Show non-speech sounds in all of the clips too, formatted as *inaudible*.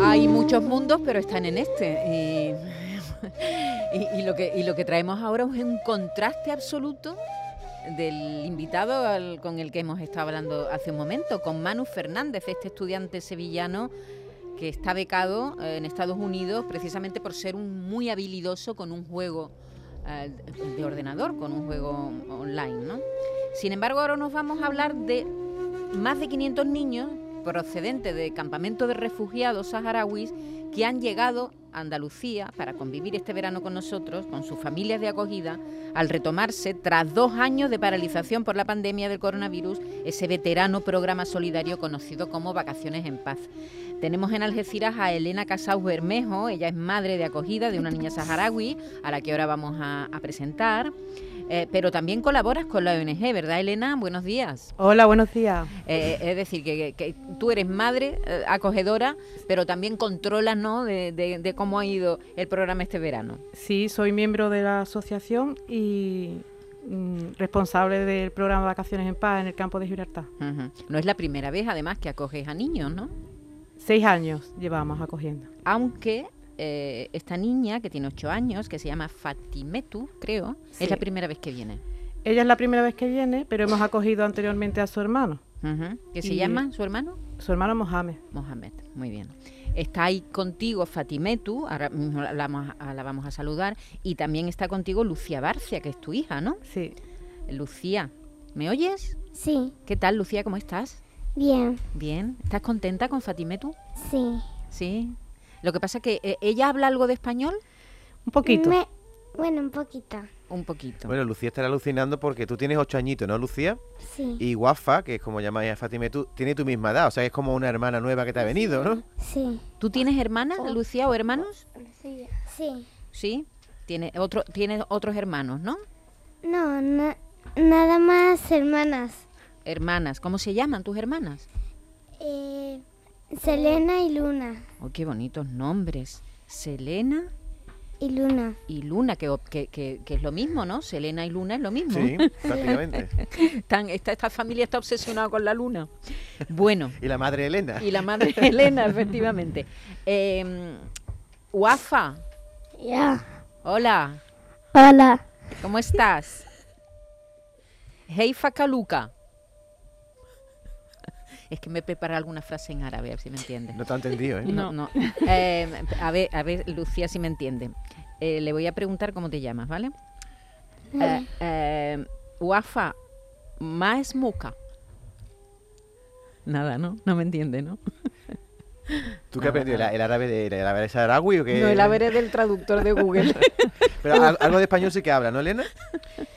Hay muchos mundos, pero están en este. Y, *laughs* y- y lo, que, y lo que traemos ahora es un contraste absoluto del invitado al- con el que hemos estado hablando hace un momento, con Manu Fernández, este estudiante sevillano que está becado eh, en Estados Unidos precisamente por ser un muy habilidoso con un juego eh, de ordenador, con un juego online. ¿no? Sin embargo, ahora nos vamos a hablar de más de 500 niños procedentes de campamentos de refugiados saharauis que han llegado a Andalucía para convivir este verano con nosotros, con sus familias de acogida, al retomarse, tras dos años de paralización por la pandemia del coronavirus, ese veterano programa solidario conocido como Vacaciones en Paz. Tenemos en Algeciras a Elena Casaus Bermejo, ella es madre de acogida de una niña saharaui, a la que ahora vamos a, a presentar, Eh, pero también colaboras con la ONG, ¿verdad Elena? Buenos días. Hola, buenos días. Eh, es decir, que, que- que tú eres madre eh, acogedora, pero también controlas ¿no? de, de- de cómo ha ido el programa este verano. Sí, soy miembro de la asociación y mm, responsable del programa Vacaciones en Paz en el campo de Gibraltar. Ujú. No es la primera vez, además, que acoges a niños, ¿no? Seis años llevamos acogiendo. Aunque eh, esta niña, que tiene ocho años, que se llama Fatimetu, creo, Sí. es la primera vez que viene. Ella es la primera vez que viene, pero hemos acogido anteriormente a su hermano, Ujú. ¿Qué se Y- llama su hermano? su hermano Mohamed. Mohamed, muy bien. Está ahí contigo Fatimetu, ahora mismo la- la, vamos a- la vamos a saludar, y también está contigo Lucía Barcia, que es tu hija, ¿no? Sí, Lucía, ¿me oyes? Sí, ¿Qué tal, Lucía? ¿Cómo estás? bien, Bien. ¿Estás contenta con Fatimetu? sí. Sí. Lo que pasa es que eh, ella habla algo de español, un poquito. Me- bueno, un poquito. un poquito. Bueno, Lucía estará alucinando porque tú tienes ocho añitos, ¿no, Lucía? Sí, Y Guafa, que es como llamáis a Fatime, tú, tiene tu misma edad, o sea, es como una hermana nueva que te ha venido, ¿no? sí. ¿Tú tienes hermanas, Lucía, o hermanos? Sí. Sí. Tiene otro, tienes otros hermanos, ¿no? No, na- nada más hermanas. Hermanas. ¿Cómo se llaman tus hermanas? Eh, Selena y Luna. Oh, qué bonitos nombres. Selena Y Luna. y Luna, que, o- que- que- que es lo mismo, ¿no? Selena y Luna es lo mismo. Sí, prácticamente. *laughs* Están- esta, esta familia está obsesionada con la luna. Bueno. Y la madre Elena. Y la madre Elena, *laughs* efectivamente. Eh, Wafa, Ya. hola, Hola. ¿cómo estás? Heifa Kaluka. Es que me prepara alguna frase en árabe, a ver si me entiendes. No te ha entendido, ¿eh? No, no. Eh, a, ver, a ver, Lucía, si me entiende. Eh, le voy a preguntar cómo te llamas, ¿vale? Eh, eh, Wafa, más muca. Nada, ¿no? No me entiende, ¿no? ¿Tú qué has aprendido? ¿El, el árabe de el árabe de Saharaui o qué? No, el haber del traductor de Google. Pero al- algo de español sí que habla, ¿no, Elena?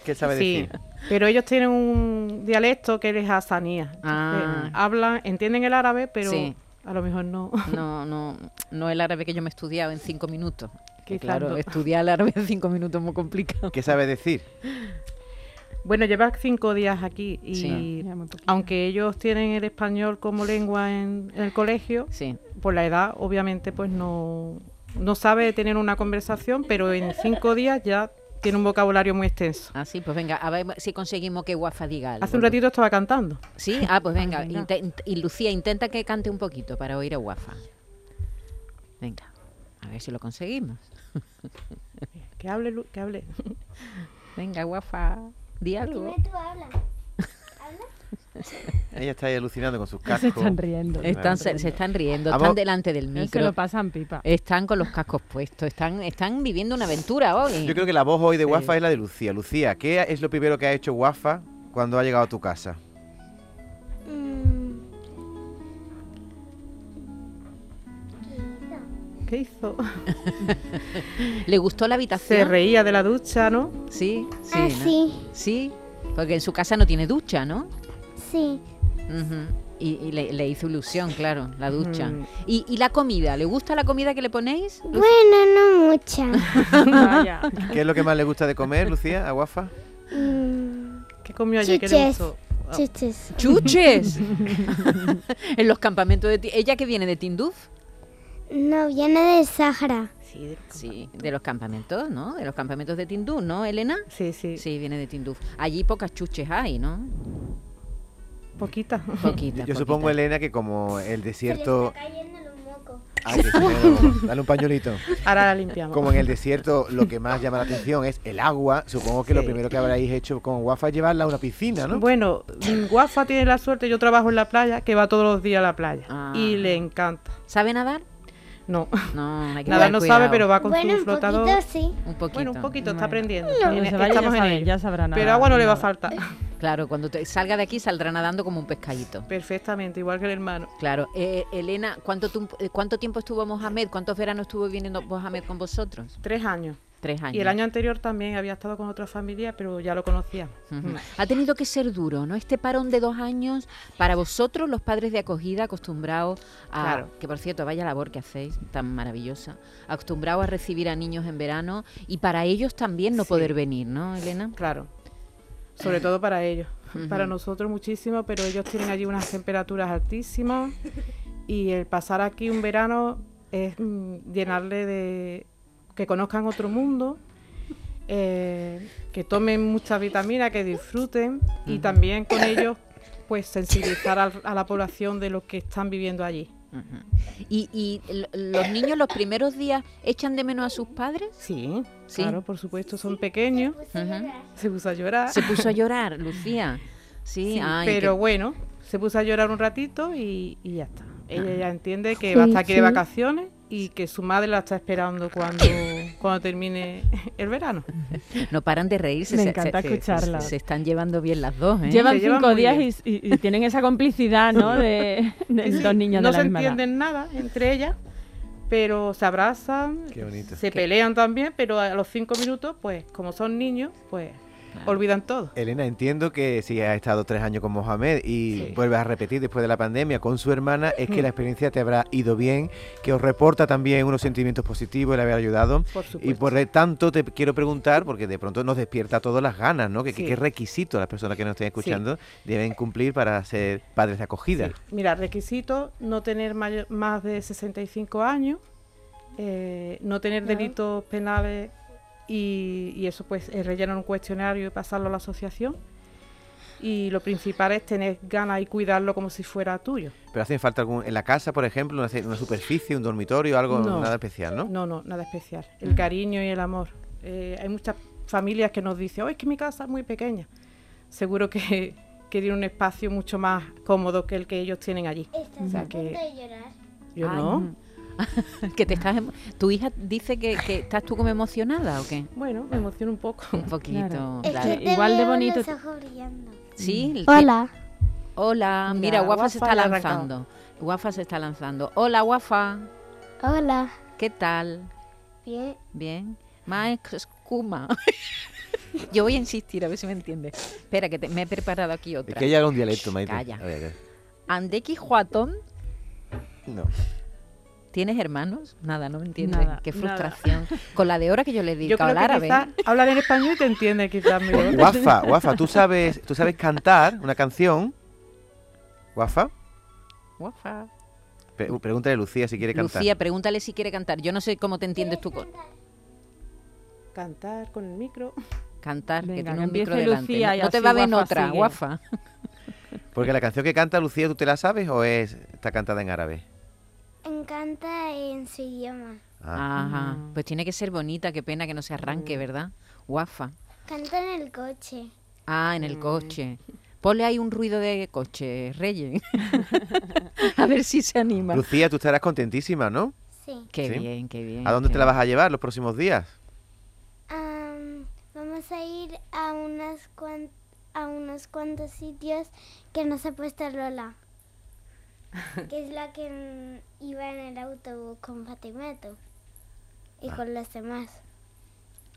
¿Qué sabe Sí, decir? pero ellos tienen un dialecto que es hasanía. Ah. Entonces, Hablan, entienden el árabe, pero Sí. a lo mejor no. *laughs* No, no, no el árabe que yo me he estudiado en cinco minutos. Que Quizás claro, no. estudiar el árabe en cinco minutos es muy *laughs* complicado. ¿Qué sabe decir? Bueno, lleva cinco días aquí y Sí. aunque ellos tienen el español como lengua en- en el colegio, Sí, por la edad, obviamente, pues no, no sabe tener una conversación, pero en cinco días ya tiene un vocabulario muy extenso. así, pues venga, a ver si conseguimos que Wafa diga algo. Hace un ratito estaba cantando. Sí, ah, pues venga, venga. inten- y Lucía, intenta que cante un poquito para oír a Wafa. Venga, a ver si lo conseguimos. Que hable, Lu- que hable. Venga, Wafa, di algo. tú habla. Ella está ahí alucinando con sus cascos. Se están riendo. Están, se, se están riendo, están Vamos. delante del Él se lo micro, pasan pipa. están con los cascos puestos, están, están viviendo una aventura hoy. Yo creo que la voz hoy de Guafa es la de Lucía. Lucía, ¿qué es lo primero que ha hecho Guafa cuando ha llegado a tu casa? ¿qué hizo? ¿Le gustó la Se habitación? reía de la *laughs* ducha, ¿no? Sí, sí. ah, ¿no? sí, Sí, porque en su casa no tiene ducha, ¿no? sí. Ujú. Y, y le, le hizo ilusión, claro, la ducha. Mm. ¿Y, y la comida? ¿Le gusta la comida que le *laughs* ponéis? Pues Bueno, no *laughs* mucha. Vaya, ¿Qué es lo que más le gusta de comer, Lucía, a Guafa? Mm, ¿qué comió ayer? ¿Qué le Chiches. gustó? Ah, chuches. ¡Chuches! *laughs* en los campamentos de... Ti- ¿Ella que viene de Tinduf? No, viene de Sahara. Sí, Sí, de los campamentos, ¿no? De los campamentos de Tinduf, ¿no, Elena? sí, sí, Sí, viene de Tinduf. Allí pocas chuches hay, *laughs* ¿no? poquita. Poquitas. Yo supongo, poquitas. Elena, que como el desierto... cayendo los mocos. Ah, que se me da agua. Dale un pañuelito. Ahora la limpiamos. Como en el desierto lo que más llama la atención es el agua, supongo que lo Sí. primero que habréis hecho con Guafa es llevarla a una piscina, ¿Ah, ¿no? Bueno, mm, Guafa tiene la suerte, yo trabajo en la playa, que va todos los días a la playa. Ah. Y le encanta. ¿Sabe nadar? No, No, *laughs* hay que nada tener no sabe, cuidado. pero va con Bueno, su un flotador. poquito sí. Un poquito. Bueno, un poquito, Bueno. está aprendiendo. Cuando En- se vaya, estamos ya, en sabe- ello. ya sabrá nada. Pero agua no le va a faltar. *laughs* Claro, cuando te- salga de aquí saldrá nadando como un pescadito. Perfectamente, igual que el hermano. Claro, Eh, Elena, ¿cuánto, tum- eh, ¿cuánto tiempo estuvo Mohamed? ¿Cuántos veranos estuvo viviendo Mohamed con vosotros? Tres años. Tres años. Y el año anterior también había estado con otra familia, pero ya lo conocía. Ujú. Ha tenido que ser duro, ¿no? Este parón de dos años para vosotros, los padres de acogida, acostumbrados a. Claro. Que por cierto, vaya labor que hacéis, tan maravillosa. Acostumbrados a recibir a niños en verano y para ellos también no Sí. poder venir, ¿no, Elena? Claro. Sobre todo para ellos. Ujú. Para nosotros muchísimo, pero ellos tienen allí unas temperaturas altísimas y el pasar aquí un verano es mm, llenarle de... que conozcan otro mundo, eh, que tomen muchas vitaminas, que disfruten y también con ellos pues sensibilizar al- a la población de los que están viviendo allí. Ujú. ¿Y, y l- los niños los primeros días echan de menos a sus padres? Sí, Sí. claro, por supuesto, son pequeños, Ujú. se puso a llorar. Se puso a llorar, Lucía. Sí, Sí, ay, pero qué- bueno, se puso a llorar un ratito y, y ya está. Ella ya entiende que Sí, va a estar aquí de sí. vacaciones y que su madre la está esperando cuando, cuando termine el verano. no paran de reírse. Me se- encanta se, escucharla. Se, se están llevando bien las dos, ¿eh? Llevan Se llevan cinco muy días bien. y, y- y tienen esa complicidad, ¿no? De, de dos niños no de la se misma edad. entienden nada entre ellas, pero se abrazan, Qué bonito. se pelean también, pero a los cinco minutos, pues como son niños, pues olvidan todo. Elena, entiendo que si has estado tres años con Mohamed y Sí. vuelves a repetir después de la pandemia con su hermana, es que la experiencia te habrá ido bien, que os reporta también unos sentimientos positivos, el haber ayudado. Por Y supuesto. por lo tanto te quiero preguntar, porque de pronto nos despierta todas las ganas, ¿no? Que, que- Sí. ¿Qué requisitos las personas que nos estén escuchando deben cumplir para ser padres de acogida? Sí. Mira, requisito no tener mayo- más de 65 años, eh, no tener delitos penales y, y eso pues es rellenar un cuestionario y pasarlo a la asociación. Y lo principal es tener ganas y cuidarlo como si fuera tuyo. Pero hacen falta algún, en la casa, por ejemplo, una, una superficie, un dormitorio, algo, No. nada especial, ¿no? No, no, nada especial. El cariño y el amor. Eh, hay muchas familias que nos dicen, oh, es que mi casa es muy pequeña. Seguro que, que tiene un espacio mucho más cómodo que el que ellos tienen allí. Estás O sea que llorar. yo Ay, no. *laughs* que te estás emo- ¿Tu hija dice que, que estás tú como emocionada o qué? Bueno, me emociono un poco. *laughs* Un poquito. Claro. Es claro. que te Igual de veo bonito. los ojos brillando. Sí, el- Hola. Hola, mira, Mira, Guafa se Guafa está le ha arrancado. lanzando. Guafa se está lanzando. Hola, Guafa. Hola. ¿Qué tal? Bien. Bien. Max Kuma. *laughs* Yo voy a insistir, a ver si me entiendes. Espera, que te- me he preparado aquí otra. Es que ella era un dialecto, Maite. Calla. A ver, a ver. Andeki Juatón, No. ¿tienes hermanos? Nada, no me entiendes. Nada, Qué nada. frustración. Con la de ahora que yo le Yo dedico creo al que árabe. quizás hablar en español y te entiende quizás mejor. Guafa, Guafa, ¿tú sabes, tú sabes cantar una canción. Guafa, Guafa. Pre- pregúntale a Lucía si quiere cantar. Lucía, pregúntale si quiere cantar. Yo no sé cómo te entiendes tú con Cantar con el micro. cantar, que Venga, tiene que un micro empiece delante. Lucía No- y no te así va a ver en Guafa otra, sigue. Guafa. Porque la canción que canta Lucía, ¿tú te la sabes o es está cantada en árabe? Encanta en su idioma. Ah. Ajá. Mm. Pues tiene que ser bonita, qué pena que no se arranque, ¿verdad? Guafa. Canta en el coche. Ah, en el Mm. coche. Ponle ahí un ruido de coche, *laughs* Reyes. a ver si se Ah, anima. Lucía, tú estarás contentísima, ¿no? Sí. Qué Sí. bien, qué bien. ¿A dónde qué te la bien. vas a llevar los próximos días? Am, vamos a ir a unas *laughs* cuan- a unos cuantos sitios que nos ha puesto Lola. que es la que mm, iba en el autobús con Fatimato y con los demás.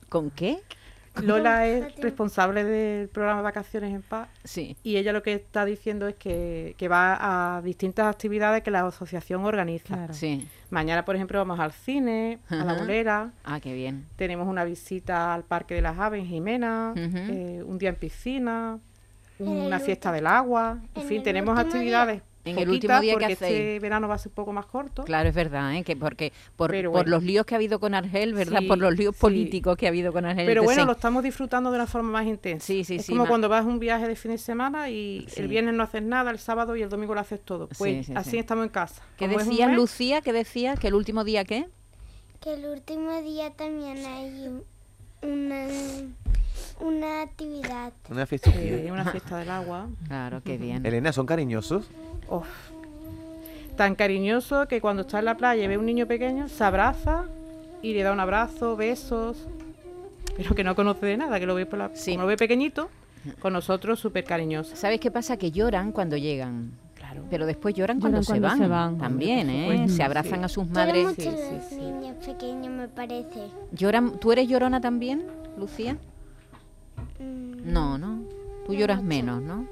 ¿Con qué? *laughs* Lola es Fátima. responsable del programa Vacaciones en Paz Sí. y ella lo que está diciendo es que, que va a distintas actividades que la asociación organiza. Claro. Sí. Mañana, por ejemplo, vamos al cine, a la Ajá. bolera, Ah, qué bien. tenemos una visita al Parque de las Aves en Jimena, Ujú. eh, un día en piscina, En una el fiesta ulti- del agua, en, en fin, el tenemos último día. actividades. En el poquitas último día, ¿qué porque este hacéis? verano va a ser un poco más corto. Claro, es verdad, ¿eh? que porque por, Pero por bueno. los líos que ha habido con Argel, ¿verdad? Sí, por los líos sí. políticos que ha habido con Argel. Pero etc. bueno, lo estamos disfrutando de una forma más intensa. Sí, sí, es sí, como ma- cuando vas a un viaje de fin de semana y Sí. el viernes no haces nada, el sábado y el domingo lo haces todo. Pues Sí, sí, así sí. estamos en casa. ¿Qué Como es un decía mes, Lucía? ¿Qué decía? ¿Que el último día qué? Que el último día también hay un- una, una actividad. Una fiesta. eh, una fiesta del agua. Claro, qué bien. Elena, ¿son cariñosos? Uf. Tan cariñoso que cuando está en la playa y ve a un niño pequeño, se abraza y le da un abrazo, besos, pero que no conoce de nada, que lo ve por la... Sí. Como lo ve pequeñito, con nosotros súper cariñoso. ¿Sabes qué pasa? Que lloran cuando llegan. Claro. Pero después lloran, cuando, Lloran se, cuando van. se van. También, Hombre, por ¿eh? supuesto. Se abrazan Sí. a sus Madre, madres. mucho Sí, sí, los sí. niños pequeños, me parece. Lloran. ¿Tú eres llorona también, Lucía? Mm, No, ¿no? Tú No lloras mucho. menos, ¿no?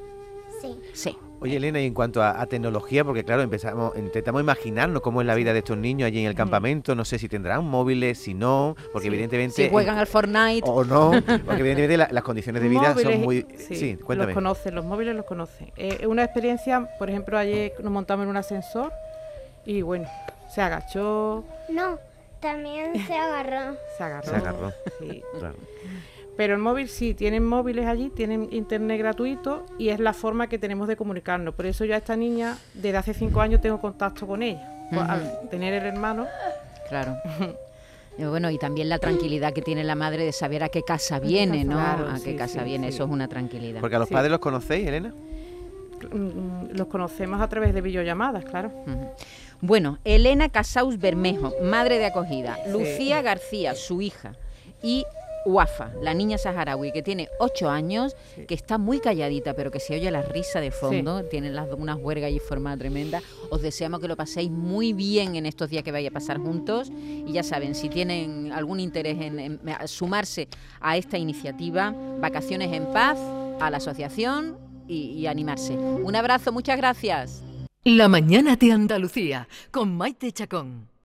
Sí. Sí. Oye, Elena, y en cuanto a, a tecnología, porque claro, empezamos, intentamos imaginarnos cómo es la vida de estos niños allí en el campamento. No sé si tendrán móviles, si no, porque evidentemente. Si juegan al Fortnite. *laughs* O no, porque evidentemente la- las condiciones de vida Móviles, son muy. sí, Sí, cuéntame. Los conocen, los móviles los conocen. Eh, Es una experiencia, por ejemplo, ayer nos montamos en un ascensor y bueno, se agachó, No, también se agarró. se agarró. Se agarró. sí. Claro. Pero el móvil sí, tienen móviles allí, tienen internet gratuito y es la forma que tenemos de comunicarnos. Por eso yo a esta niña, desde hace cinco años, tengo contacto con ella. Por- Al tener el hermano, Claro. *laughs* Y bueno, y también la tranquilidad que tiene la madre de saber a qué casa viene, ¿no? Claro, a qué sí, casa sí, viene, sí. eso es una tranquilidad. Porque a los Sí. padres los conocéis, Elena. mm, los conocemos a través de videollamadas, claro. Ujú. Bueno, Elena Casaus Bermejo, madre de acogida, Lucía García, su hija, y Wafa, la niña saharaui, que tiene 8 años, que está muy calladita, pero que se oye la risa de fondo, tienen las, do- unas huergas y forma tremenda. Os deseamos que lo paséis muy bien en estos días que vais a pasar juntos. Y ya saben, si tienen algún interés en, en- a- sumarse a esta iniciativa, Vacaciones en Paz, a la asociación y- y animarse. Un abrazo, muchas gracias. La mañana de Andalucía con Maite Chacón.